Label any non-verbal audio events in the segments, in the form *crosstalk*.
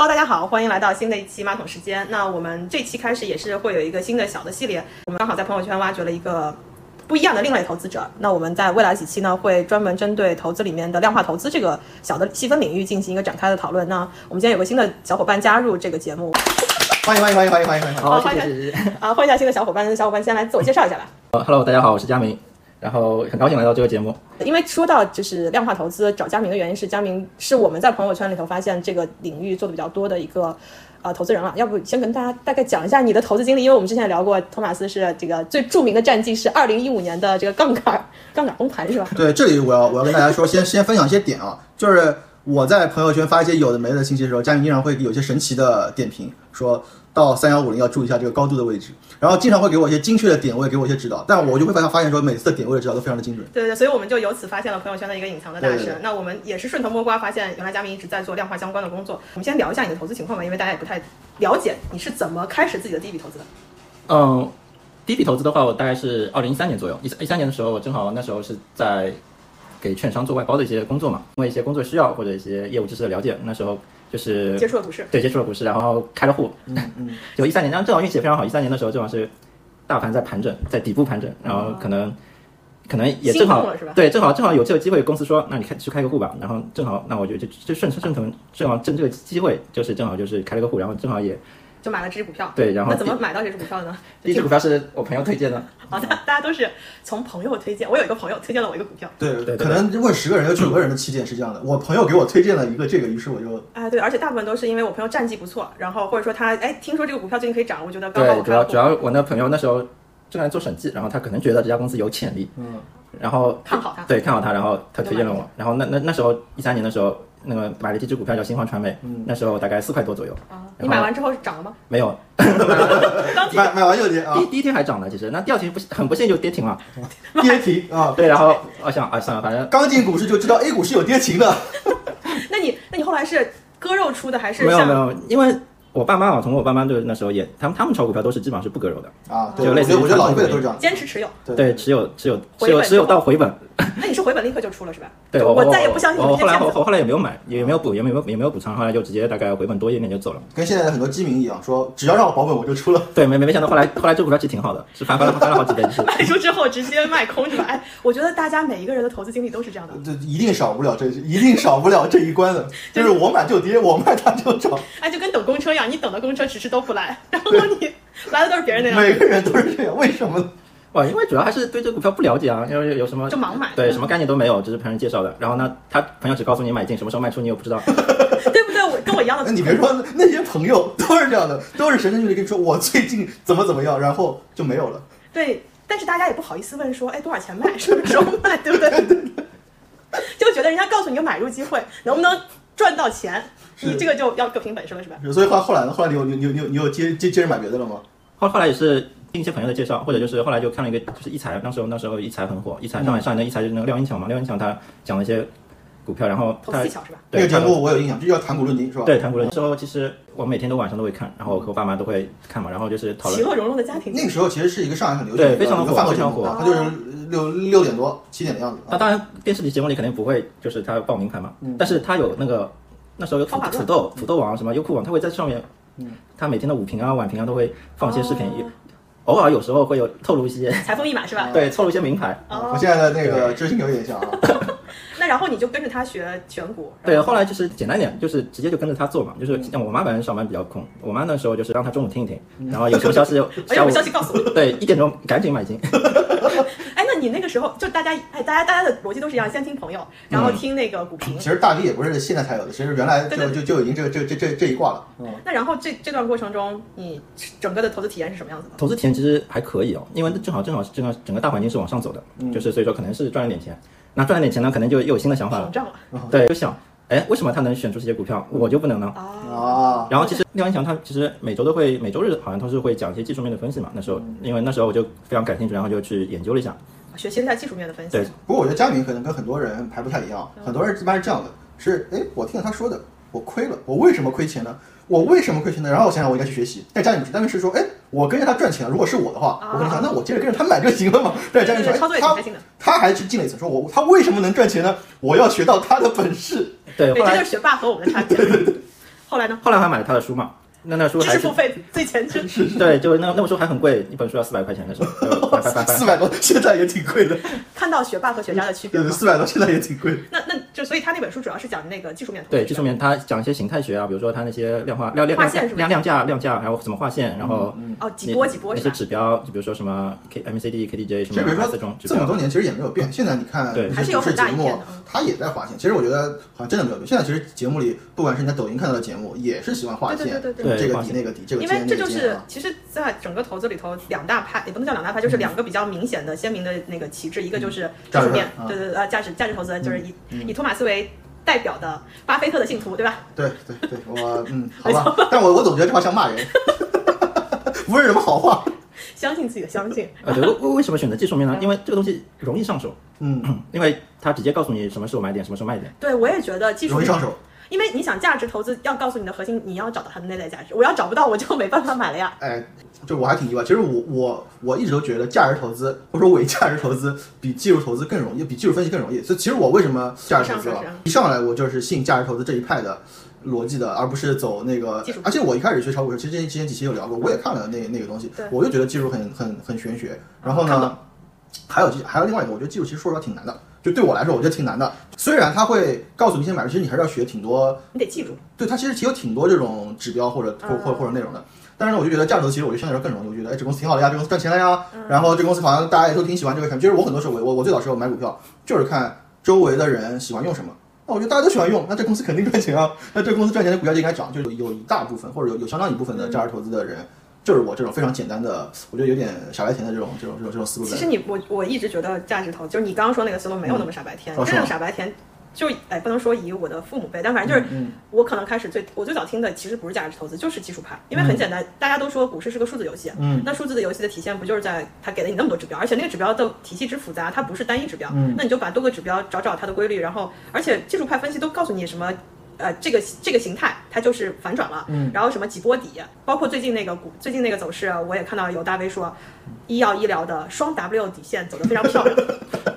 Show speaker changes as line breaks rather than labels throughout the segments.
Hello，大家好，欢迎来到新的一期马桶时间。那我们这期开始也是会有一个新的小的系列，我们刚好在朋友圈挖掘了一个不一样的另类投资者。那我们在未来几期呢，会专门针对投资里面的量化投资这个小的细分领域进行一个展开的讨论。那我们今天有个新的小伙伴加入这个节目，
欢迎欢迎欢迎欢迎欢迎欢迎！
好
哦好，谢谢谢谢。谢谢
啊，欢迎一下新的小伙伴，小伙伴先来自我介绍一下吧。
呃 Hello，大家好，我是佳明，然后很高兴来到这个节目。
因为说到就是量化投资，找佳明的原因是佳明是我们在朋友圈里头发现这个领域做的比较多的一个呃投资人了。要不先跟大家大概讲一下你的投资经历，因为我们之前也聊过，托马斯是这个最著名的战绩是二零一五年的这个杠杆杠杆崩盘是吧？
对，这里我要我要跟大家说，先先分享一些点啊，就是我在朋友圈发一些有的没的信息的时候，佳明经常会有一些神奇的点评，说到三幺五零要注意一下这个高度的位置，然后经常会给我一些精确的点位，给我一些指导，但我就会发现发现说每次的点位的指导都非常的精准。
*laughs* 对对对，所以我们就由此发现了朋友圈的一个隐藏的大
对
神
对对。
那我们也是顺藤摸瓜，发现原来佳明一直在做量化相关的工作。我们先聊一下你的投资情况吧，因为大家也不太了解你是怎么开始自己的第一笔投资的。
嗯，第一笔投资的话，我大概是二零一三年左右，一一三年的时候，我正好那时候是在给券商做外包的一些工作嘛，因为一些工作需要或者一些业务知识的了解，那时候就是
接触了股市，
对接触了股市，然后开了户，
嗯嗯，
*laughs* 就一三年，然后正好运气也非常好，一三年的时候正好是大盘在盘整，在底部盘整，然
哦
后可能、可能也正
心
好
动了是吧
对，正好正好有这个机会，公司说那你开去开个户吧，然后正好那我就就就顺顺藤正好趁这个机会，就是正好就是开了个户，然后正好也
就买了这只股票。
对然后
那怎么
第
买到这只股票呢？
第一只股票是我朋友推荐的，
好，大大家都是从朋友推荐，我有一个朋友推荐了我一个股票。
对
对对
可能问十个人有九个人的起点是这样的，我朋友给我推荐了一个这个，于是我就
哎，对，而且大部分都是因为我朋友战绩不错，然后或者说他哎听说这个股票最近可以涨，我觉得刚好
对，
我
主
看了
要
股
主要我那朋友那时候正在做审计，然后他可能觉得这家公司有潜力，
嗯，
然后
看好它
对看好它，然后他推荐了我，然后那那那时候一三年的时候，那个买了这只股票叫新华传媒，那时候大概四块多左右，
啊，你买完之后是涨了吗？
没有
当
买买完又跌啊 *laughs*
第，第一天还涨了，其实那第二天不很不幸就跌停了。
跌停啊，
对，然后我想啊算了，反正
刚进股市就知道 A 股是有跌停的，
那你那你后来是割肉出的还是
没有
像
没有，因为我爸妈啊，从我爸妈就是那时候也，他们他们炒股票都是基本上是不割肉的，
啊，对，
就
我
类
觉
似于
得我觉得老一辈的都是这样的，
坚持持有？
对，持有持有持
回本
有持有到回本。
那你是回本立刻就出了是吧？
对
就
我
我再也不相信你
我
们
后
这些
来我
骗子。
我后来也没有买，也没有补，也没有也没有补仓，后来就直接大概回本多一点点就走了。
跟现在的很多基民一样，说只要让我保本我就出了。
对，没没没想到后来后来这股票是挺好的，是翻翻了翻了好几倍。就是
卖出之后直接卖空是吧？哎，我觉得大家每一个人的投资经历都是这样的。
这一定少不了这，一定少不了这一关的，就是我买就跌，我卖它就涨，
哎，就跟等公车一样，你等的公车迟迟都不来，然后你 *laughs* 来的都是别人那辆
每个人都是这样，为什么呢？
哇，因为主要还是对这股票不了解啊，因为有什么
就盲买
对什么概念都没有，只是朋友介绍的。然后呢，他朋友只告诉你买进，什么时候卖出你又不知道。
车，对不对？我跟我一样
那
的。
你别说，那些朋友都是这样的，都是神神秘秘地跟你说我最近怎么怎么样，然后就没有了。
对，但是大家也不好意思问说，哎，多少钱卖，什么时候卖，对 *laughs* 不对？就觉得人家告诉你有买入机会，能不能赚到钱，
是
你这个就要各凭本事了，是吧？
所以后来后来呢？后来你有你有你有你有接接接着买别的了吗？
后后来也是听一些朋友的介绍，或者就是后来就看了一个就是一财，那时候那时候一财很火，一财上海上海的一财就是那个廖英强嘛，廖英强他讲了一些股票，然后
投
他
资技巧是吧？
那
对
个节目我有印象，就叫谈股论金是吧？
他对谈股论，那时候其实我每天都晚上都会看，然后我和我爸妈都会看嘛，然后就是讨
其
论。
乐融融的家庭，
那个时候其实是一个上海很流行的
对非常
一个
火
饭后节
非常
目
火
它就是六六点多七点的样子。啊
那当然电视里节目里肯定不会就是他报名牌嘛，但是他有那个那时候有土
方法论
土豆土豆网啊什么优酷网，他会在上面，他每天的午评啊晚评啊都会放一些视频，也
哦
偶尔有时候会有透露一些
财富密码是吧？
对透露一些名牌。
啊和
哦，
现在的那个知识星球有点像啊。
那然后你就跟着他学选股，
对，后来就是简单一点，就是直接就跟着他做嘛。就是像我妈本来上班比较空，我妈那时候就是让她中午听一听，然后有什么消息就
*laughs* 哎，有
下午
个消息告诉我，
对一点钟赶紧买进。
哎，那你那个时候就大家哎，大家大家的逻辑都是一样，先听朋友，然
嗯
后听那个股评
其，实大力也不是现在才有的，其实原来
对
就就就已经这个这这这这一挂了。嗯，
那然后这这段过程中，你整个的投资体验是什么样子的？
投资体验其实还可以哦，因为正好正好正好整个大环境是往上走的，就是所以说可能是赚了点钱。那赚了点钱呢，可能就又有新的想法
膨
了。
胀了
对，就想，哎，为什么他能选出这些股票，我就不能呢？
啊！
啊，
然后其实廖文强他其实每周都会，每周日好像都是会讲一些技术面的分析嘛。那时候因为那时候我就非常感兴趣，然后就去研究了一下。
学习了一下技术面的分析，
对
不过我觉得佳明可能跟很多人还不太一样，
嗯
很多人一般是这样的，是哎，我听了他说的，我亏了，我为什么亏钱呢？我为什么亏钱呢？然后我想想我应该去学习。但佳明不是，佳明是说，哎，我跟着他赚钱了，如果是我的话，我跟着他，那我接着跟着他买就行了嘛。但是佳明说，
啊对操作
哎，
也挺
他
开心的
他还去进了一层，说我他为什么能赚钱呢？我要学到他的本事。
对，
对，
后
这
来
就是学霸和我们的差别。 *laughs* 后来呢？
后来我还买了他的书嘛，那那书
知
还
识
是
付费最前置，
对，就是那那本书还很贵，一本书要四百块钱那时候，就翻翻翻翻
四百多，现在也挺贵的，
看到学霸和学渣的区别
对，
吗？
四百多现在也挺贵的。
那那就所以他那本书主要是讲那个技术面投资，
对，技术面它讲一些形态学啊，比如说它那些量化量量
划
量
线是吧
量量价量价，还有怎么划线，然后
哦，
那
几波几波
那
是
些
吧？
指标，就比如说什么 K M C D K D J
其
什
实比如
么
说
这种指
这么多
标，
年，其实也没有变。现在你看
对
还是有很大
节
一片
目
的嗯，
它也在划线。其实我觉得好像真的没有变。现在其实节目里，不管是你在抖音看到的节目，也是喜欢划线，
对对对
对对
这个
划
抵
线
那个抵，这个
因
接
为
那
这
个
就是
接啊。
其实在整个投资里头两大派，也不能叫两大派，就是两个比较明显的、鲜明的那个旗帜，一个就是技术面
嗯价值，观嗯
对对对，呃，价值价值投资就是以以托马斯为代表的巴菲特的信徒，对吧？
对对对，我
*laughs*
嗯，好吧，但我我总觉得这话像骂人， *laughs* 不是什么好话。
相信自己的相信，
呃，对，为为为什么选择技术面呢？
嗯
因为这个东西容易上手，
*laughs*
嗯，
因为它直接告诉你什么时候买点，什么时候卖点。
对我也觉得技术
容易
面
上手。
因为你想价值投资要告诉你的核心，你要找到它的内在价值，我要找不到我就没办法买了呀。
哎，就我还挺意外。其实我我我一直都觉得价值投资或者说伪价值投资比技术投资更容易，比技术分析更容易。所以其实我为什么价值投资啊
上上上
一上来我就是信价值投资这一派的逻辑的，而不是走那个
技术。
而且我一开始学炒股的时候，其实之前之前几期有聊过，我也看了那那个东西
对，嗯
我就觉得技术很很很玄学。然后
看
呢，还有还有另外一个，我觉得技术其实说实话挺难的。就对我来说，我觉得挺难的。虽然它会告诉你一些买法，其实你还是要学挺多
你得记住，
对它其实有挺多这种指标或者或
嗯
或或者内容的。但是呢，我就觉得价值投资其实我就相对来说更容易，我觉得哎，这公司挺好的呀，这公司赚钱了呀，
嗯
然后这公司好像大家也都挺喜欢这个产品。就是我很多时候我我我最早时候买股票就是看周围的人喜欢用什么。那我觉得大家都喜欢用，那这公司肯定赚钱啊，那这公司赚钱的股价就应该涨，就是有一大部分或者有有相当一部分
嗯
的价值投资的人，就是我这种非常简单的，我觉得有点傻白甜的这种这种这种这种思路在
其实。你我我一直觉得价值投资，就是你刚刚说那个思路没有那么傻白甜，
嗯哦是
真
吗
正傻白甜就哎不能说以我的父母辈，但反正就是
嗯，
我可能开始最我最早听的其实不是价值投资，就是技术派，因为很简单，大家都说股市是个数字游戏， *laughs*
嗯，
那数字的游戏的体现不就是在它给了你那么多指标，而且那个指标的体系之复杂，它不是单一指标，
嗯
那你就把多个指标找找它的规律，然后而且技术派分析都告诉你什么。呃，这个这个形态它就是反转了，
嗯
然后什么几波底，包括最近那个股，最近那个走势啊，我也看到有大 V 说，医药医疗的双 W 底线走得非常漂亮， *laughs*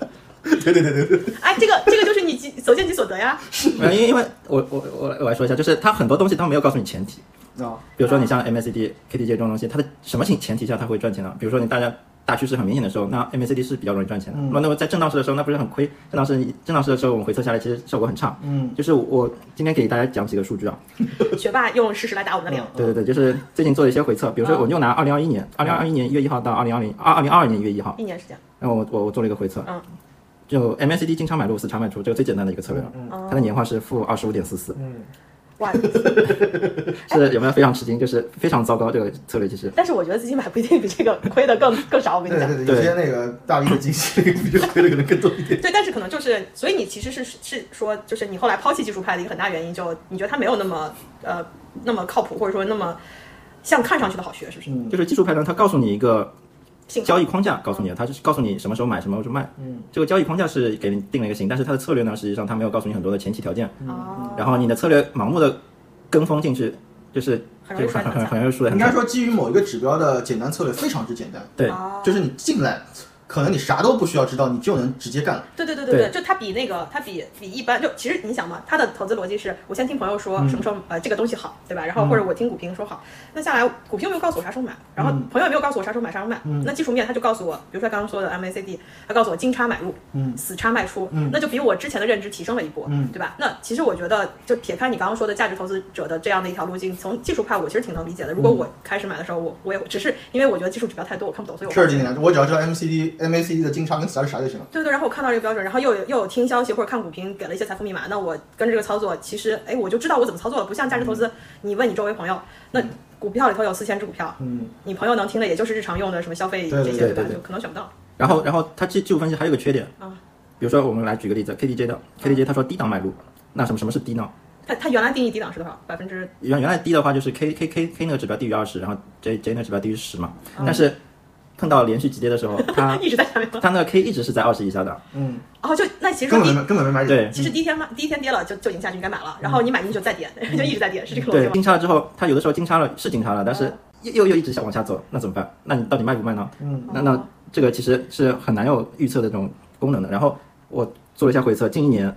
对对对对对，
哎，这个这个就是你即所见即所得呀，
呃，因为因为我我我来我来说一下，就是它很多东西它没有告诉你前提，
啊，
比如说你像 MACD、KDJ 这种东西，它的什么情前提下它会赚钱呢？比如说你大家大趋势很明显的时候，那 MACD 是比较容易赚钱的。那、那么在震荡市的时候，那不是很亏？震荡市震荡市的时候，我们回测下来其实效果很差。
嗯，
就是我今天给大家讲几个数据啊，
学霸用事实来打我们的
嗯
脸，
对对对，就是最近做了一些回测，比如说
嗯
我就拿二零二一年，二零二一年一月一号到二零二零二二零二二年一月一号，
一年时间，
然后我我我做了一个回测，
嗯
就 MACD 经常买入死长买出，这个最简单的一个策略了，
嗯
它的年化是负二十五点四四，
嗯，
哇，
是有没有非常吃惊？就是非常糟糕这个策略其实。
但是我觉得自己买不一定比这个亏的更更少，我跟
对
你讲。
对对，有些那个大 V 的经济 *laughs* 比较亏的可能更多一点。
对，但是可能就是，所以你其实是是说，就是你后来抛弃技术派的一个很大原因，就你觉得它没有那么呃那么靠谱，或者说那么像看上去的好学，是不是？
嗯
就是技术派呢，它告诉你一个
信号
交易框架，告诉你的，它是告诉你什么时候买，什么时候卖。
嗯，
这个交易框架是给你定了一个型，但是它的策略呢，实际上它没有告诉你很多的前提条件，
啊，
然后你的策略盲目的跟风进去，就是
很容
就
易摔
很
得
很
很
很容易输的
应
很
该
惨。
说，基于某一个指标的简单策略非常之简单，
对，
啊，
就是你进来，可能你啥都不需要知道，你就能直接干了。
对对对对对，就它比那个它比比一般，就其实你想嘛，它的投资逻辑是我先听朋友说
嗯
什么时候、呃这个东西好，对吧？然后或者我听股评说好，那下来股评没有告诉我啥时候买，然
嗯
后朋友也没有告诉我啥时候买啥时候卖，那技术面他就告诉我，比如说刚刚说的 MACD，他告诉我金叉买入，
嗯
死叉卖出，
嗯
那就比我之前的认知提升了一波，
嗯
对吧？那其实我觉得，就撇开你刚刚说的价值投资者的这样的一条路径，从技术派我其实挺能理解的。如
嗯
果我开始买的时候，我我也只是因为我觉得技术指标太多，我看不懂，所以我
这是简单，我只要知道 MCD、MACD 的金叉跟其他是啥就行了。
对对，然后我看到这个标准，然后又有又有听消息或者看股评给了一些财富密码，那我跟着这个操作，其实哎我就知道我怎么操作了，不像价值投资，
嗯
你问你周围朋友，那股票里头有四千只股票，
嗯，
你朋友能听的也就是日常用的什么消费
对
这
对
些
对
吧？
对对
就可能选不到。
然后然后它技技术分析还有一个缺点
啊，
比如说我们来举个例子，KDJ 的 KDJ 它说低档买入，那什么什么是低呢？
它它原来定义低档是多少？百分之
原原来低的话就是 K K K K 那个指标低于二十，然后 J J 那个指标低于十嘛。
嗯
但是碰到连续急跌的时候，
*laughs*
它
一直在下面吗？
它那个 K 一直是在二十以下的。
嗯，
哦，就那其实
根
说
本
第
没根本没嗯买点。
对
其实第一天嘛，第一天跌了就就已经下去，你该买了，然后你买进去就再跌， *laughs* 就一直在跌，是这嗯个逻辑
对，
吗？
金叉了之后，它有的时候金叉了是金叉了，但是又又又一直想往下走，那怎么办？那你到底卖不卖呢？
嗯，
那
哦
那这个其实是很难有预测的这种
嗯
功能的。然后我做了一下回测，近一年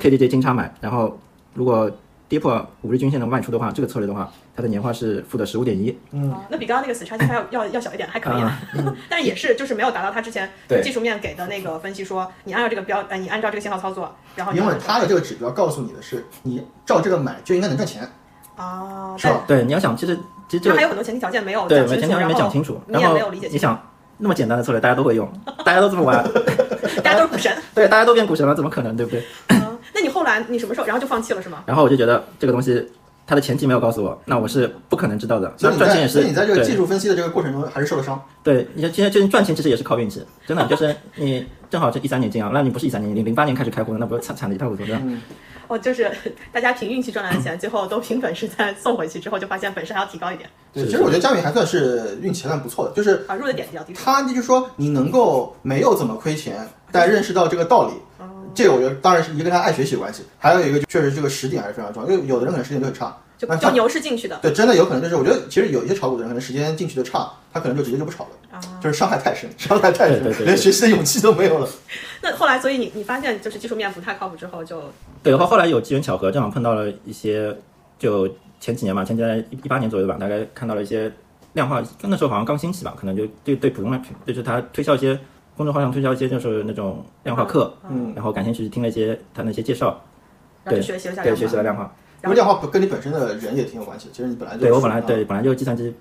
KDJ 金叉买，然后如果跌破五日均线的卖出的话，这个策略的话，它的年化是负的十五点一。
哦那比刚刚那个死叉期要要要小一点，还可以啊， *laughs* 但是也是就是没有达到他之前
嗯对
技术面给的那个分析说，你按照这个标，呃，你按照这个信号操作，然后你
因为
按照
它的这个指标告诉你的是，你照这个买就应该能赚钱，
啊，
是
但
吧？
对，你要想，其实其实这
它
个
还有很多前提条件没有哦
对，
讲
我们
清
前
楚，
条也
然
没
后
讲清楚，
你
然
也
后
没有理解
你
清楚，
想那么简单的策略，大家都会用，大家都这
*laughs*
么玩，
大家都是股神。 *laughs*
对，大家都变股神了，怎么可能，对不对？
嗯，那你后来你什么时候，然后就放弃了是吗？
然后我就觉得这个东西它的前提没有告诉我，那我是不可能知道的。
所
那
以你
赚钱
在
也
所以
是
你在这个技
对
术分析的这个过程中还是受了伤。
对，你现在就是赚钱其实也是靠运气，真的就是你正好是一三年进啊，那你不是一三年，你零八年开始开户的，那不是惨惨的一塌糊涂，对吧？
哦，就是大家凭运气赚来的钱，最后都凭本事再送回去，之后就发现本事还要提高一点
对，
是
其实我觉得佳宇还算是运气还算不错的，就是
啊，入的点比较低。
他就是说你能够没有怎么亏钱，但认识到这个道理，这个我觉得当然是一个跟他爱学习有关系，还有一个就确实这个时点还是非常重要，因为有的人可能时间就很差，
就
那
就
像
牛市进去的
对，真的有可能就是我觉得其实有一些炒股的人可能时间进去就差，他可能就直接就不炒了，
啊。
就是伤害太深， *laughs* 伤害太深
对对，对
连学习的勇气都没有了。
那后来，所以你你发现就是技术面不太靠谱之后就，
对，然后后来有机缘巧合，正好碰到了一些，就前几年嘛，前几年一八年左右吧，大概看到了一些量化，那时候好像刚兴起吧，可能就对对普通的，就是他推销一些公众号上推销一些就是那种量化课，
嗯，
然后感兴趣听了一些他那些介绍，
然后就学习了一下
对，
量化
学习了量化，
因为量化跟你本身的人也挺有关系，其实你本来就
对我
是
本来
啊
对本来就计算机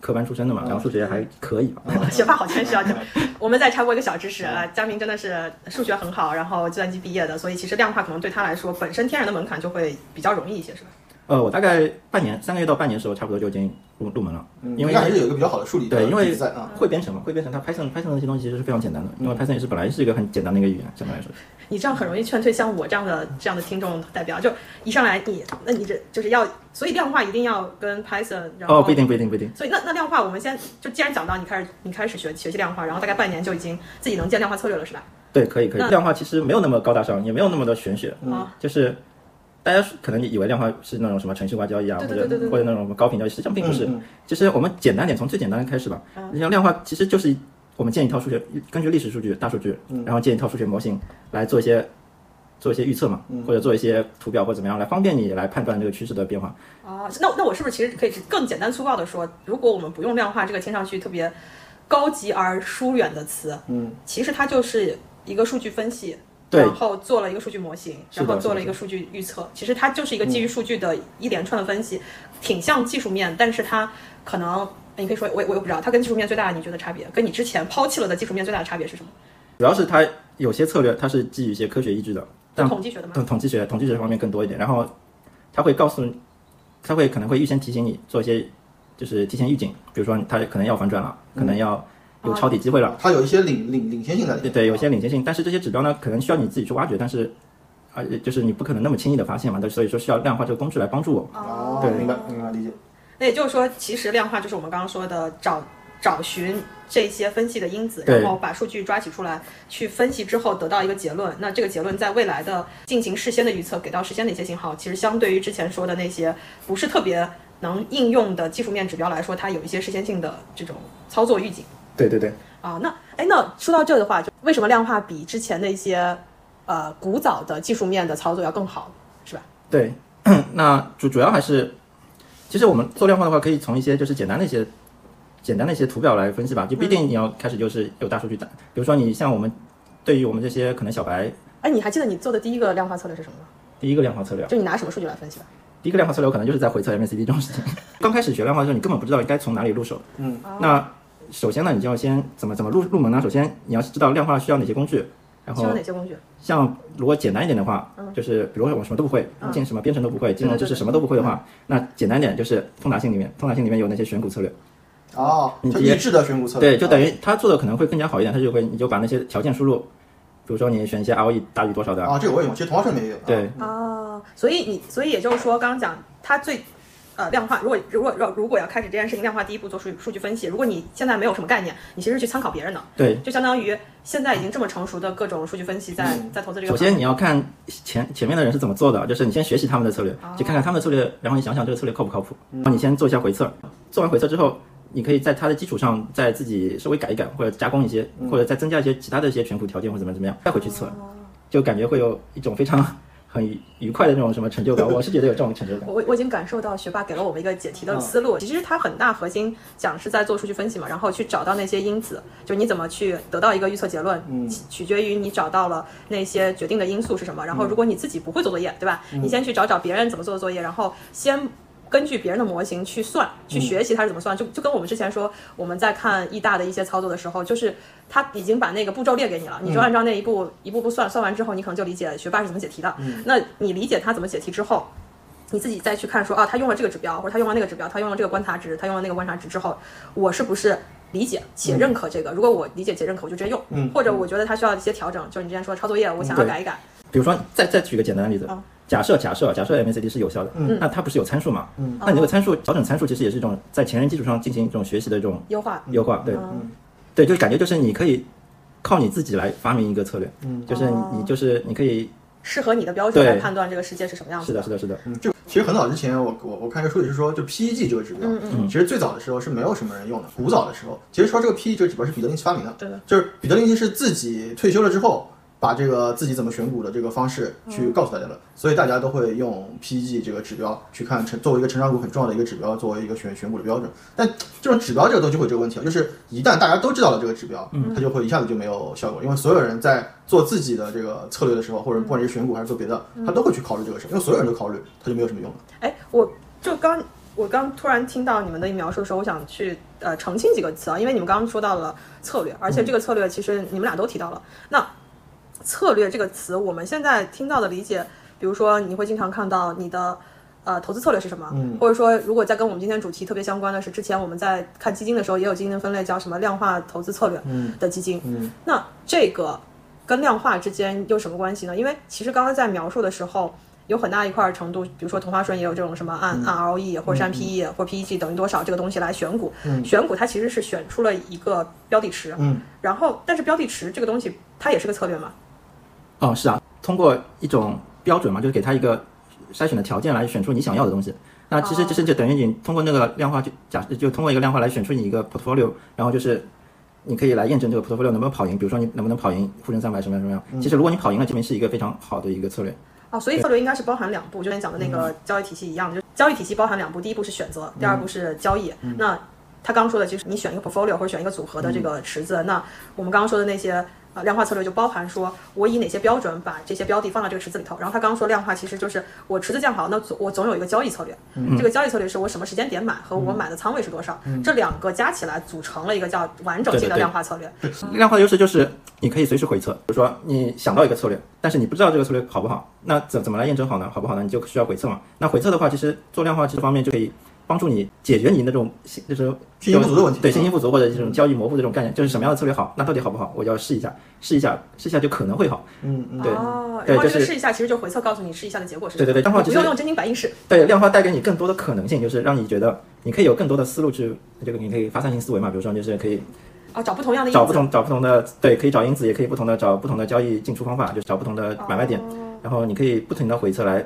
科班出身的嘛，然后数学还可以吧，
学霸好谦虚啊！就 *laughs* 我们再插播一个小知识啊，佳明真的
嗯
是数学很好，然后计算机毕业的，所以其实量化可能对他来说本身天然的门槛就会比较容易一些，是吧？
呃，我大概半年三个月到半年的时候，差不多就已经入入门了，
嗯
因为
应该还是有一个比较好的数理
对因为
底子在啊，嗯
会编程嘛，会编程它 Python Python 那些东西其实是非常简单的，因为 Python 也是本来是一个很简单的一个语言，相对来说。
你这样很容易劝退像我这样的这样的听众代表，就一上来你，那你这就是要，所以量化一定要跟 Python，然后
哦，不一定，不一定，不一定。
所以那那量化，我们先就既然讲到你开始你开始学学习量化，然后大概半年就已经自己能建量化策略了，是吧？
对，可以可以
那。
量化其实没有那么高大上，也没有那么的玄学，
嗯
啊，
就是大家可能以为量化是那种什么程序化交易啊，
对
或
对
者
对对对
或者那种什么高频交易，实际上并不是。
嗯嗯
其实我们简单点，从最简单的开始吧。
啊
你像量化，其实就是我们建一套数学，根据历史数据、大数据，
嗯
然后建一套数学模型来做一些做一些预测嘛，
嗯
或者做一些图表或者怎么样，来方便你来判断这个趋势的变化。
啊，那那我是不是其实可以更简单粗暴的说，如果我们不用量化这个听上去特别高级而疏远的词，
嗯，
其实它就是一个数据分析，
对
然后做了一个数据模型，
是
然
的嗯
后做了一个数据预测，其实它就是一个基于数据的一连串的分析，挺像技术面，但是它可能。你可以说，我也我也不知道，它跟技术面最大的你觉得差别，跟你之前抛弃了的技术面最大的差别是什么？
主要是它有些策略它是基于一些科学依据的，但
统计学的吗？
统统计学、统计学方面更多一点，然后他会告诉你，他会可能会预先提醒你做一些，就是提前预警，比如说他可能要反转了，可能要有抄底机会了，
它嗯有一些领领领先性在里
对
嗯
面，
对，有些领先性，但是这些指标呢，可能需要你自己去挖掘，但是啊、呃就是你不可能那么轻易的发现嘛，但所以说需要量化这个工具来帮助我。
哦，
对
明白明白理解，
那也就是说，其实量化就是我们刚刚说的找找寻这些分析的因子，
对
然后把数据抓取出来，去分析之后得到一个结论。那这个结论在未来的进行事先的预测，给到事先的一些信号，其实相对于之前说的那些不是特别能应用的技术面指标来说，它有一些事先性的这种操作预警
对对对，
啊。那哎，那说到这的话，就为什么量化比之前的一些呃古早的技术面的操作要更好，是吧？
对，那主主要还是，其实我们做量化的话，可以从一些就是简单的一些简单的一些图表来分析吧，就不一定你要开始就是有大数据的，比如说你像我们对于我们这些可能小白。
哎，你还记得你做的第一个量化策略是什么吗？
第一个量化策略啊，
就你拿什么数据来分析吧？
第一个量化策略可能就是在回测 MACD 这种事情。 *laughs* 刚开始学量化的时候，你根本不知道该从哪里入手。
嗯，
那首先呢，你就要先怎么怎么入入门呢？首先你要知道量化需要哪些工具，然
需要
后
哪些嗯工具？
像如果简单一点的话，就是比如说我什么都不会，
嗯
进什么编程都不会，金融知识什么都不会的话，那简单点就是通达性里面，通达性里面有那些选股策略。
哦，
你
就
直接
一致的选股策略，
嗯对，就等于他做的可能会更加好一点，他就会你就把那些条件输入，比如说你选一些 ROE 大于多少的，
啊，这个我也用，其实同花顺里面也有，
对
啊，
哦，所以你，所以也就是说，刚刚讲它最，呃，量化，如果如果要如果要开始这件事情量化，第一步做数数据分析，如果你现在没有什么概念，你其实去参考别人的，
对，
就相当于现在已经这么成熟的各种数据分析在、在投资这个
首
行业。
先你要看前前面的人是怎么做的，就是你先学习他们的策略，去看看他们的策略，然后你想想这个策略靠不靠谱，然后你先做一下回测，做完回测之后，你可以在它的基础上再自己稍微改一改，或者加工一些，或者再增加一些其他的一些选股条件或者怎么怎么样，再回去测，就感觉会有一种非常 *laughs* 很愉愉快的那种什么成就感，我是觉得有这种成就感。
我我我已经感受到学霸给了我们一个解题的思路。其实它很大核心讲是在做数据分析嘛，然后去找到那些因子，就你怎么去得到一个预测结论，
嗯
取取决于你找到了那些决定的因素是什么。然后如果你自己不会做作业，对吧？你先去找找别人怎么做作业，然后先。根据别人的模型去算，去学习它是怎么算，就就跟我们之前说，我们在看易大的一些操作的时候，就是他已经把那个步骤列给你了，你就按照那一步、一步步算，算完之后，你可能就理解学霸是怎么解题的。那你理解他怎么解题之后，你自己再去看说啊，他用了这个指标，或者他用了那个指标，他用了这个观察值，他用了那个观察值之后，我是不是理解且认可这个？如果我理解且认可，我就直接用。
嗯
或者我觉得他需要一些调整，就是你之前说的抄作业，我想要
对
改一改。
*laughs* 比如说，再再举个简单的例子
啊，
假设假设假设 MACD 是有效的，那它不是有参数嘛？
嗯
那你这个参数调整参数其实也是一种在前人基础上进行一种学习的一种
优化。
优化，对
嗯
对，就感觉就是你可以靠你自己来发明一个策略，
嗯
就是你
哦
你就是你可以
适合你的标准来
对
判断这个世界啊是什么样
是
子
的是的是的，
嗯就其实很早之前我，我我看一个数据是说，就 PEG 这个指标，
嗯
嗯
其实最早的时候是没有什么人用的。古早的时候，其实说这个 PEG 这个指标是彼得林奇发明的，
对的
就是彼得林奇是自己退休了之后，把这个自己怎么选股的这个方式去告诉大家的，所以大家都会用 PEG 这个指标去看成作为一个成长股很重要的一个指标，作为一个选选股的标准。但这种指标这个东西会有这个问题啊，就是一旦大家都知道了这个指标，它就会一下子就没有效果，因为所有人在做自己的这个策略的时候，或者不管是选股还是做别的，他都会去考虑这个事，因为所有人都考虑，它就没有什么用了。
哎，我就刚我刚突然听到你们的描述的时候，我想去呃澄清几个词啊，因为你们刚刚说到了策略，
嗯
而且这个策略其实你们俩都提到了。那策略这个词，我们现在听到的理解，比如说你会经常看到你的。呃，投资策略是什么？
嗯
或者说，如果再跟我们今天主题特别相关的是，之前我们在看基金的时候，也有基金的分类叫什么量化投资策略的基金。
嗯
那这个跟量化之间有什么关系呢？因为其实刚刚在描述的时候，有很大一块程度，比如说同花顺也有这种什么按按 ROE 或者是按 PE 或者 PEG 等于多少这个东西来选股，
嗯
选股它其实是选出了一个标的池，
嗯
然后但是标的池这个东西它也是个策略嘛，
哦是啊，通过一种标准嘛，就是给它一个筛选的条件来选出你想要的东西。那其实就是就等于你通过那个量化就假设就通过一个量化来选出你一个 portfolio，然后就是你可以来验证这个 portfolio 能不能跑赢，比如说你能不能跑赢沪深三百什么样什么样。其实如果你跑赢了，证明是一个非常好的一个策略。
啊，所以策略应该是包含两步，就跟你讲的那
嗯
个交易体系一样，就交易体系包含两步，第一步是选择，第二步是交易。
嗯
那他刚刚说的就是你选一个 portfolio 或者选一个组合的这个池子，那我们刚刚说的那些。呃，量化策略就包含说，我以哪些标准把这些标的放到这个池子里头。然后他刚刚说量化其实就是我池子建好，那总我总有一个交易策略。
嗯
这个交易策略是我什么时间点买和我买的仓位是多少，这两个加起来组成了一个叫完整性的
对对对
量化策略。
量化的优势就是你可以随时回测，比如说你想到一个策略，但是你不知道这个策略好不好，那怎怎么来验证好呢？好不好呢？你就需要回测嘛。那回测的话，其实做量化这方面就可以帮助你解决你那种信就是
信心不足的问题
对信心不足或者这种交易模糊的这种概念，就是什么样的策略好，那到底好不好？我要试一下，试一下，试一下就可能会好。
嗯嗯，
对
哦，
对
然后这
就
个
是
试一下，其实就回测告诉你试一下的结果是什
对
么。哦
对对量化
不
其实
用用真金白银试。
对，量化带给你更多的可能性，就是让你觉得你可以有更多的思路去，这个你可以发散性思维嘛，比如说就是可以
啊，找不同样的因
找不
子。
同找不同的对，可以找因子，也可以不同的找不同的交易进出方法，就是找不同的买卖点，然后你可以不停的回测来，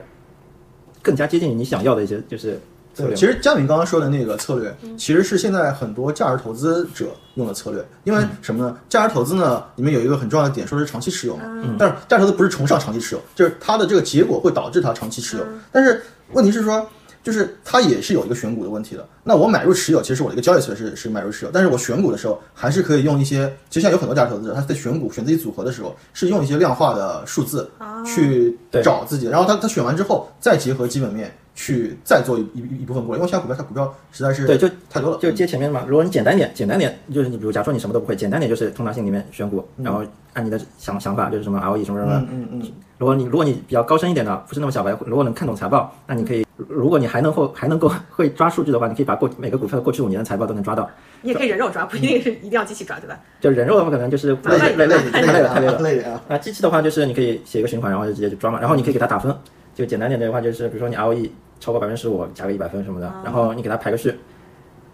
更加接近于你想要的一些就是策
对，
略。
其实佳敏刚刚说的那个策略，其实是现在很多价值投资者用的策略，因
嗯
为什么呢？价值投资呢，里面有一个很重要的点，说是长期持有嘛。但是价值投资不是崇尚长期持有，就是它的这个结果会导致它长期持有。但是问题是说，就是它也是有一个选股的问题的。那我买入持有，其实我的一个交易策略是是买入持有，但是我选股的时候还是可以用一些，其实现在有很多价值投资者，他在选股选自己组合的时候，是用一些量化的数字去
对
找自己，然后他他选完之后再结合基本面去再做一一一一部分过来，因为现在股票它股票实在是
对就
太多了，
就接前面嘛，如果你简单点，简单点就是你比如假如说你什么都不会，简单点就是通达性里面选股，然后按你的想想法就是什么 ROE 什么什么。
嗯嗯
如果你如果你比较高深一点的，不是那么小白，如果能看懂财报，那你可以，如果你还能后还能够会抓数据的话，你可以把过每个股票的过去五年的财报都能抓到。
你也可以人肉抓，不一
嗯
定是一定要机器抓，对吧？
就人肉的话，可能就是
累
累
累累累
点点
太累了
啊
太累了。
累点啊。
那机器的话，就是你可以写一个循环，然后就直接就抓嘛，然后你可以给它打分。就简单点的话，就是比如说你 ROE 超过百分之十五，加个一百分什么的，然后你给它排个序。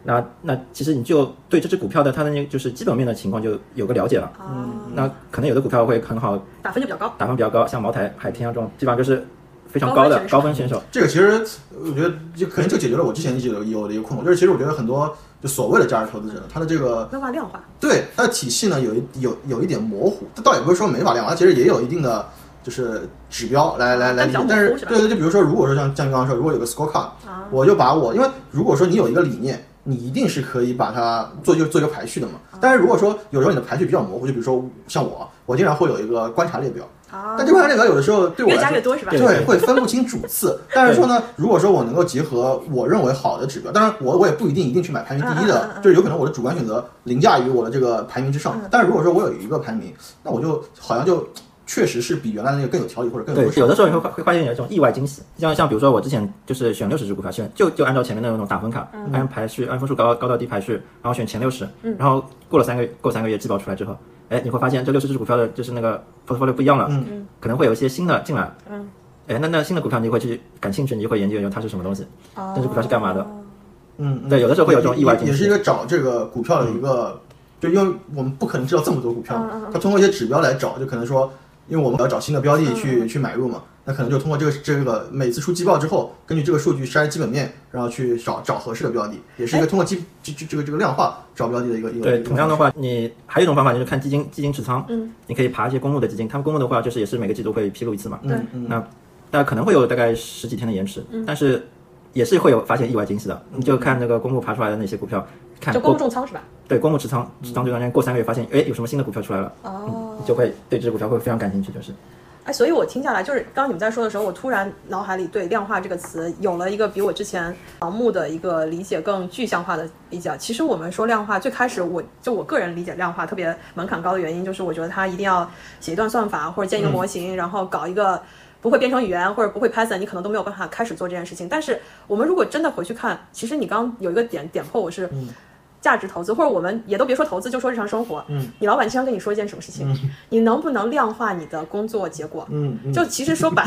那那其实你就对这只股票的它的那个就是基本面的情况就有个了解了。
啊，
那可能有的股票会很好，
打分就比较高。
打分比较高，像茅台、海天啊这种，基本上就是非常高的
高
高分选手。
这个其实呃我觉得就可能就解决了我之前一直有有的一个困惑，就是其实我觉得很多就所谓的价值投资者，他的这个
量化量化，
对它的体系呢，有一有有一点模糊，它倒也不是说没法量化，它其实也有一定的就是指标来来来理解
当。小
但
红
是
书是吧
对对，就比如说，如果说像像你刚刚说，如果有个 scorecard，
啊
我就把我，因为如果说你有一个理念，你一定是可以把它做就做一个排序的嘛。
啊
但是如果说有时候你的排序比较模糊，就比如说像我，我经常会有一个观察列表，
啊
但，这观察列表有的时候对我
越
来
加
说
越多是吧？
对
对，会分不清主次。但是说呢，如果说我能够结合我认为好的指标，当然我我也不一定一定去买排名第一
嗯嗯
的
嗯，嗯嗯
就是有可能我的主观选择凌驾于我的这个排名之上。但是如果说我有一个排名，那我就好像就确实是比原来那个更有条理或者更
对
有，
有的时候你会会发现有一种意外惊喜，像像比如说我之前就是选六十只股票，选就就按照前面的那种打分卡，按排序，按分数高高到低排序，然后选前六十，然后过了三个月，过三个月季报出来之后，哎，你会发现这六十只股票的就是那个 portfolio 不一样了，可能会有一些新的进来，嗯，哎，那那新的股票你会去感兴趣，你就会研究研究它是什么东西，
哦
这只股票是干嘛的？
嗯，嗯
对有的时候会有这种意外惊喜嗯
也是一个找这个股票的一个，就因为我们不可能知道这么多股票嘛，它通过一些指标来找，就可能说，因为我们要找新的标的去去买入嘛，那可能就通过这个这个每次出季报之后，根据这个数据筛基本面，然后去找找合适的标的，也是一个通过基这这这个这个量化找标的的一个一个
对，
一个
同样的
方式
话，你还有一种方法就是看基金基金持仓，嗯，你可以爬一些公募的基金，他们公募的话就是也是每个季度会披露一次嘛，
对
嗯嗯，
那那可能会有大概十几天的延迟，
嗯
但是也是会有发现意外惊喜的。你就看那个公募爬出来的那些股票，看
就公
过
募重仓是吧？
对公募持仓持仓这段时间过三个月，发现哎有什么新的股票出来了，嗯
哦
你就会对这只股票会非常感兴趣，就是
哎，所以我听下来，就是刚刚你们在说的时候，我突然脑海里对“量化”这个词有了一个比我之前盲目的一个理解更具象化的理解。其实我们说量化，最开始我就我个人理解量化特别门槛高的原因，就是我觉得它一定要写一段算法或者建一个模
嗯
型，然后搞一个不会编程语言或者不会 Python，你可能都没有办法开始做这件事情。但是我们如果真的回去看，其实你刚刚有一个点点破我是。
嗯
价值投资，或者我们也都别说投资，就说日常生活。
嗯，
你老板经常跟你说一件什么事情，你能不能量化你的工作结果？
嗯嗯，
就其实说白，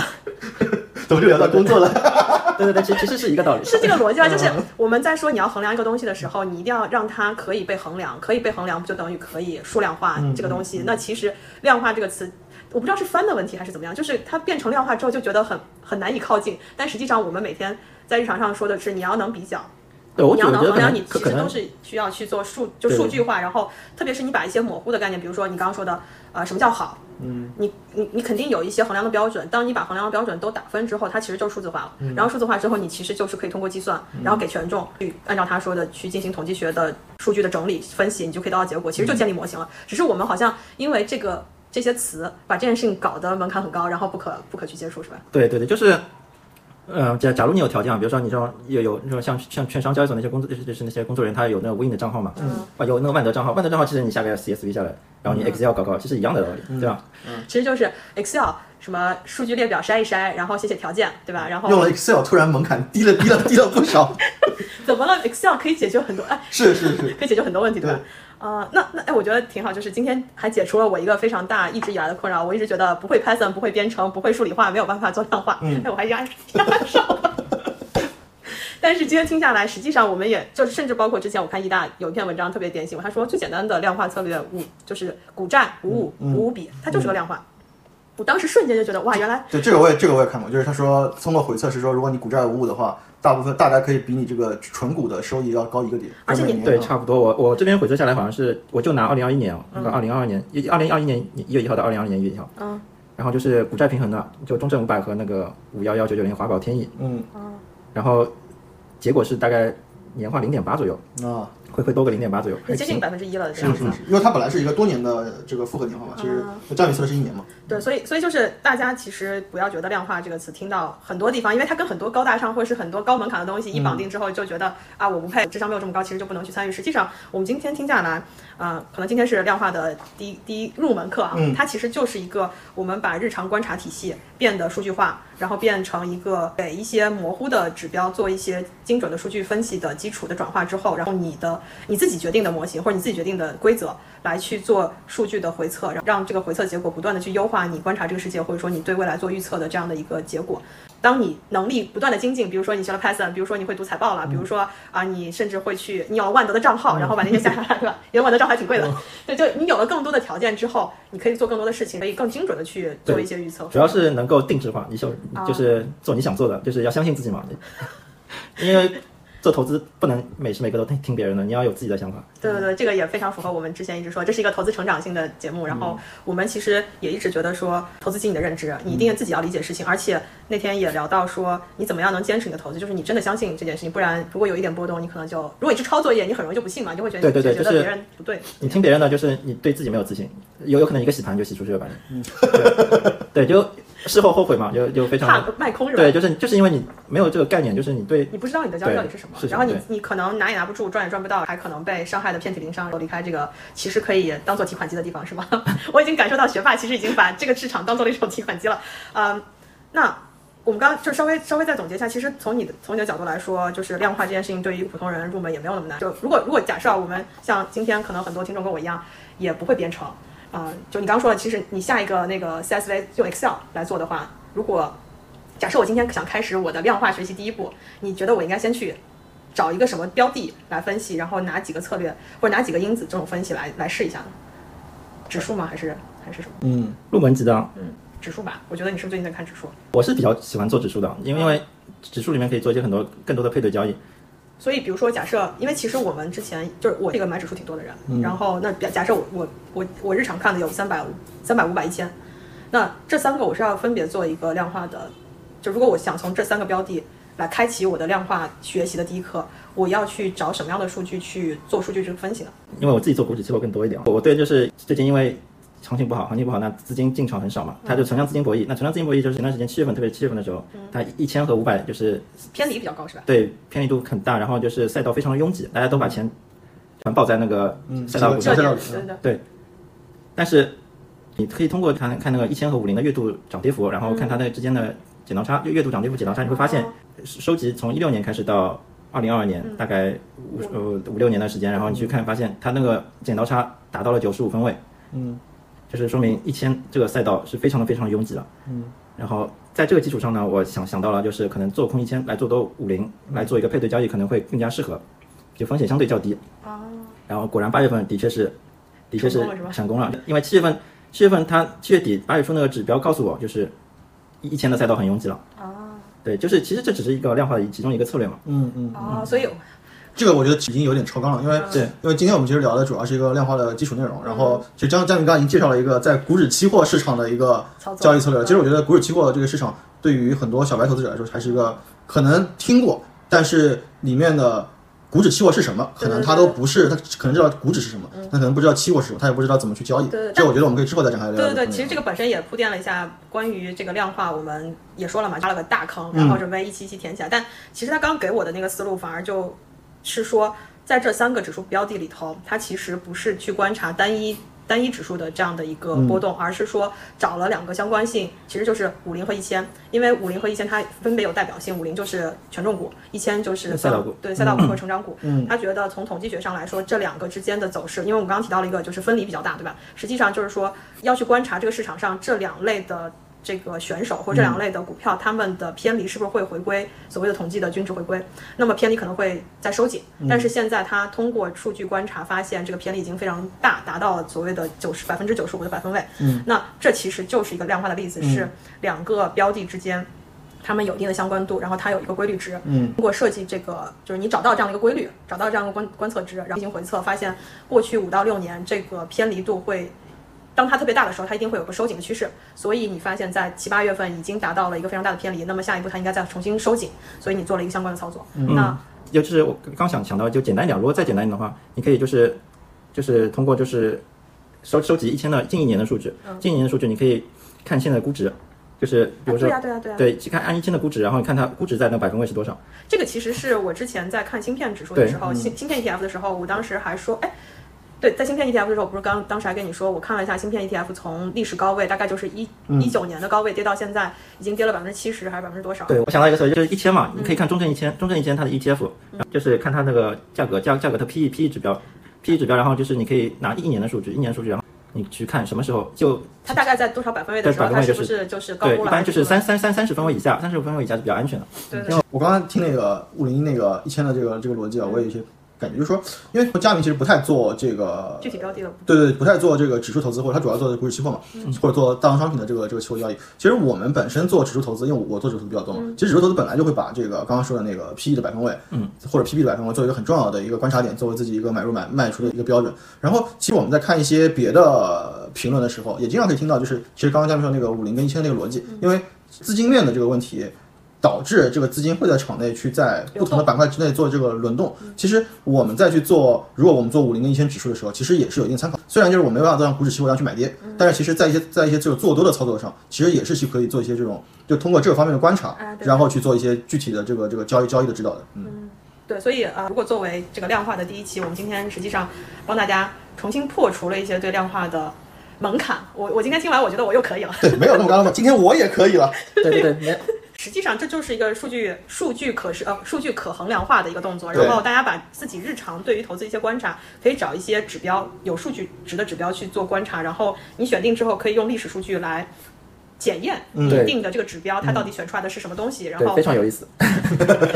怎么就聊到工作了？
对对对，其其实是一个道
*laughs*
理，
是这个逻辑吧？就是我们在说你要衡量一个东西的时候，你一定要让它可以被衡量，可以被衡量不就等于可以数量化这个东西？那其实量化这个词，我不知道是翻的问题还是怎么样，就是它变成量化之后就觉得很很难以靠近，但实际上我们每天在日常上说的是你要能比较，
对哦我
你
觉
要
得
能衡
可
量，你
能
其
可可
实
能
都是需要去做数，就
对
数据化。然后，特别是你把一些模糊的概念，比如说你刚刚说的，呃，什么叫好？嗯，你你你肯定有一些衡量的标准。当你把衡量的标准都打分之后，它其实就是数字化了。
嗯
然后数字化之后，你其实就是可以通过计算，然后给权重去按照他说的去进行统计学的数据的整理分析，你就可以得到结果。其实
嗯
就建立模型了。只是我们好像因为这个这些词，把这件事情搞得门槛很高，然后不可不可去接触，是吧？
对对对，就是，呃，假假如你有条件啊，比如说你这种有有那种像像券商交易所那些工作，就是就是那些工作人员，他有那个 Win 的账号
嗯
嘛，啊，有那个万德账号，万德账号其实你下个 CSV 下来，然后你 Excel 搞搞，其实一样的道理，
嗯
对吧？
其实就是 Excel 什么数据列表筛一筛，然后写写条件，对吧？然后
用了 Excel 突然门槛低了低了低了不少，
怎么了？Excel 可以解决很多，哎，
是是是，
可以解决很多问题，对吧？啊、那那哎，我觉得挺好，就是今天还解除了我一个非常大一直以来的困扰。我一直觉得不会 Python、不会编程、不会数理化，没有办法做量化。嗯，哎，我还压 *laughs* 压手了。 *laughs* 但是今天听下来，实际上我们也就是，甚至包括之前我看易大有一篇文章特别点醒我，他说最简单的量化策略五就是股债五五五五比，它就是个量化。我当时瞬间就觉得哇，原来
对，这个我也这个我也看过，就是他说通过回测是说，如果你股债无误的话，大部分大概可以比你这个纯股的收益要高一个点，
而且
就每
你
年
对，
啊
差不多。我我这边回测下来，好像是我就拿二零二一年，哦二零二二年，一二零二一年一月一号到二零二二年一月一号。
嗯。
然后就是股债平衡的，就中证五百和那个五幺幺九九零华宝天意，
嗯
然后结果是大概年化零点八左右，
啊，
会会多个零点八左右。
接近百分之一了，这
是
样
是
子。
是，因为它本来是一个多年的这个复合年化嘛，其
嗯
实占比测的是一年嘛，
对，所以所以就是大家其实不要觉得量化这个词听到很多地方，因为它跟很多高大上或者是很多高门槛的东西一绑定之后，就觉得、啊我不配，智商没有这么高，其实就不能去参与。实际上，我们今天听下来，啊、可能今天是量化的第一第一入门课啊，它其实就是一个我们把日常观察体系变得数据化，然后变成一个给一些模糊的指标做一些精准的数据分析的基础的转化之后，然后你的你自己决定的模型或者你自己决定的规则来去做数据的回测，让让这个回测结果不断的去优化你观察这个世界或者说你对未来做预测的这样的一个结果。当你能力不断的精进，比如说你学了 Python，比如说你会读财报了，
嗯
比如说啊，你甚至会去，你有万德的账号，然后把那些下下来，对吧？因为万德账号还挺贵的，
嗯
对，就你有了更多的条件之后，你可以做更多的事情，可以更精准的去做一些预测。
主要是
哦
*laughs* 能够定制化，你就就是做你想做的，就是要相信自己嘛。因为做投资不能每时每刻都听听别人的，你要有自己的想法。
对对对，这个也非常符合我们之前一直说，这是一个投资成长性的节目。然
嗯
后我们其实也一直觉得说，投资经你的认知，你一
嗯
定自己要理解事情。而且那天也聊到说，你怎么样能坚持你的投资，就是你真的相信这件事情，不然如果有一点波动，你可能就如果你是抄作业，你很容易就不信嘛，你就会觉得
对对对
觉得
就是
别人不对。
你听别人的，就是你对自己没有自信，有有可能一个洗盘就洗出去了吧？ *laughs* 对，对就事后后悔嘛，就就非常
怕
的
卖空是吧？
对，就是就是因为你没有这个概念，就是你对
你不知道你的交易到底是什么，
对是什
然
么
后你
对
你可能拿也拿不住，赚也赚不到，还可能被伤害的遍体鳞伤，然后离开这个其实可以当做提款机的地方，是吗？ *laughs* 我已经感受到学霸其实已经把这个市场当做了一种提款机了。 *laughs* 嗯，那我们刚刚就稍微稍微再总结一下，其实从你的从你的角度来说，就是量化这件事情对于普通人入门也没有那么难。就如果如果假设啊我们像今天可能很多听众跟我一样也不会编程，啊、就你刚说的，其实你下一个那个 CSV 用 Excel 来做的话，如果假设我今天想开始我的量化学习第一步，你觉得我应该先去找一个什么标的来分析，然后拿几个策略或者拿几个因子这种分析来来试一下呢？指数吗？还是还是什么？
嗯，
入门级的，啊
指数吧，我觉得你是不是最近在看指数？
我是比较喜欢做指数的，啊因为因为指数里面可以做一些很多更多的配对交易。
所以，比如说，假设，因为其实我们之前就是我这个买指数挺多的人，
嗯
然后那假假设我我我我日常看的有三百五、三百、五百、一千，那这三个我是要分别做一个量化的，就如果我想从这三个标的来开启我的量化学习的第一课，我要去找什么样的数据去做数据这个分析呢？
因为我自己做股指期货更多一点，我我对就是最近因为行情不好，行情不好，那资金进场很少嘛，它
嗯
就存量资金博弈。那存量资金博弈就是前段时间七月份，特别是七月份的时候，它一千和五百就是
偏离比较高是吧？
对偏离度很大，然后就是赛道非常的拥挤，大家都把钱全抱在那个
嗯
赛道股
这
上。
个
对
这个
对对，
但是你可以通过看看那个一千和五零的月度涨跌幅，然后看它的之间的剪刀差，月月度涨跌幅剪刀差，你会发现
哦
收集从一六年开始到二零二二年，大概五呃五六年的时间，然后你去看，发现它那个剪刀差达到了九十五分位，
嗯，
就是说明一千这个赛道是非常的非常拥挤了，嗯，然后在这个基础上呢，我想想到了就是可能做空一千来做多五零来做一个配对交易可能会更加适合，就风险相对较低，
哦，
然后果然八月份的确是，的确是
成功了是吧
成功了，因为七月份七月份它七月底八月初那个指标告诉我就是一一千的赛道很拥挤了。
啊
对，就是其实这只是一个量化的其中一个策略嘛。
嗯嗯。
哦，所以
这个我觉得已经有点超纲了，
嗯
因为
对
因为今天我们其实聊的主要是一个量化的基础内容，然后其实张张明刚已经介绍了一个在股指期货市场的一个
操作
交易策略。其实我觉得股指期货这个市场对于很多小白投资者来说，还是一个可能听过，但是里面的股指期货是什么，可能他都不是，他可能知道股指是什么，他可能不知道期货是什么，他也不知道怎么去交易。
嗯对对对
这我觉得我们可以之后再展开聊。
对对
这
对，
个
其实这个本身也铺垫了一下关于这个量化，我们也说了嘛，挖了个大坑，
嗯
然后准备一期一期填起来。但其实他刚给我的那个思路，反而就是说，在这三个指数标的里头，它其实不是去观察单一。单一指数的这样的一
嗯
个波动，而是说找了两个相关性，其实就是五零和一千，因为五零和一千它分别有代表性，五零就是权重股，一千就是
赛道股
对赛道股和成长股。嗯，他觉得从统计学上来说，这两个之间的走势，因为我们刚刚提到了一个就是分离比较大，对吧？实际上就是说要去观察这个市场上这两类的。这个选手或这两类的股票，他们的偏离是不是会回归所谓的统计的均值回归？那么偏离可能会再收紧，但是现在它通过数据观察发现，这个偏离已经非常大，达到了所谓的九十百分之九十五的百分位。嗯，那这其实就是一个量化的例子，是两个标的之间。它们有一定的相关度，然后它有一个规律值。嗯，通过设计这个，就是你找到这样的一个规律，找到这样一个观观测值，然后进行回测，发现过去五到六年这个偏离度会，当它特别大的时候，它一定会有个收紧的趋势。所以你发现，在七八月份已经达到了一个非常大的偏离，那么下一步它应该再重新收紧，所以你做了一个相关的操作。
嗯
那
尤其是我刚想想到，就简单一点，如果再简单一点的话，你可以就是就是通过就是收收集一千的近一年的数据，
嗯
近一年的数据你可以看现在的估值，就是比如说、
啊对呀、对呀、对呀、
对，去看按一千的估值，然后你看它估值在那百分位是多少。
这个其实是我之前在看芯片指数的
对嗯
时候，芯芯片 ETF 的时候，我当时还说，哎，对，在芯片 ETF 的时候，不是刚当时还跟你说，我看了一下芯片 ETF 从历史高位，大概就是一
嗯
一九年的高位跌到现在，已经跌了百分之七十还是百分之多少？
对，我想到一个词，就是一千嘛，你可
嗯
以看中证一千，中证一千它的 E ETF，、就是看它那个价格价价格的 PE PE E 指标，PE 指标，然后就是你可以拿一年的数据，一年的数据，然后你去看什么时候就
它大概在多少百分位的
对
时候，
百分
它
位
是
就
不
是
是就是高
对，
估
一
了？
般就是
还
三三三三十分位以下，
*laughs*
三十分位以下是比较安全的。
对对
因为我刚刚听那个五零那个一千的这个这个逻辑啊，我也有一些感觉，就是说，因为佳明其实不太做这个
具体标的了。
对对，不太做这个指数投资，或者他主要做的股指期货嘛，或者做大宗商品的这个这个期货交易。其实我们本身做指数投资，因为我做指数比较多嘛，其实指数投资本来就会把这个刚刚说的那个 PE 的百分位，嗯，或者 PB 的百分位作为一个很重要的一个观察点，作为自己一个买入买卖出的一个标准。然后，其实我们在看一些别的评论的时候，也经常可以听到，就是其实刚刚嘉宾说那个五零跟一千的那个逻辑，
嗯
因为资金链的这个问题。导致这个资金会在场内去在不同的板块之内做这个轮动。
嗯
其实我们再去做，如果我们做五零跟一千指数的时候，其实也是有一定参考。虽然就是我没办法做像股指期货一样去买跌，
嗯
但是其实在一些在一些这个做多的操作上，其实也是去可以做一些这种，就通过这个方面的观察
啊，对
然后去做一些具体的这个这个交易交易的指导的。嗯，
对，所以呃，如果作为这个量化的第一期，我们今天实际上帮大家重新破除了一些对量化的门槛。我我今天听完，我觉得我又可以了。 *laughs*
对，没有那么高了嘛，今天我也可以了。
对对对，没
实际上，这就是一个数据数据可视呃数据可衡量化的一个动作。
对
然后大家把呃自己日常对于投资一些观察，可以找一些指标有数据值的指标去做观察，然后你选定之后，可以用历史数据来检验
嗯
你定的这个指标，它到底选出来的是什么东西，然
对
后
非常有意思。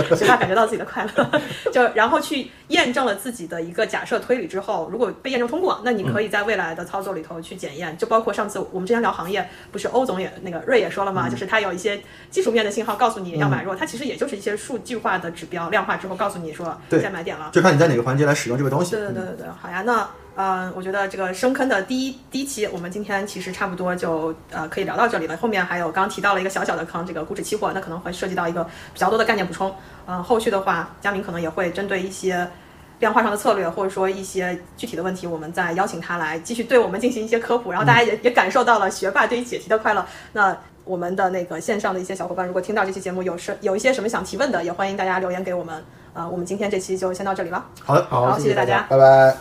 *laughs* 使他感觉到自己的快乐，就然后去验证了自己的一个假设推理之后，如果被验证通过，那你可以在未来的操作里头去检验，就包括上次我们之前聊行业，不是欧总也那个瑞也说了嘛，就是他有一些技术面的信号告诉你要买入，它其实也就是一些数据化的指标量化之后告诉你说
对
现在买点了。
就看你在哪个环节来使用这个东西。嗯
对对对对对，好呀，那呃，我觉得这个深坑的第一第一期，我们今天其实差不多就呃可以聊到这里了。后面还有刚提到了一个小小的坑，这个股指期货，那可能会涉及到一个比较多的概念补充。嗯、后续的话，佳明可能也会针对一些。量化上的策略，或者说一些具体的问题，我们再邀请他来继续对我们进行一些科普，然后大家也、也感受到了学霸对于解题的快乐。那我们的那个线上的一些小伙伴，如果听到这期节目有是有一些什么想提呃问的，也欢迎大家留言给我们。啊、我们今天这期就先到这里了。
好的，
好
谢谢大家
拜拜。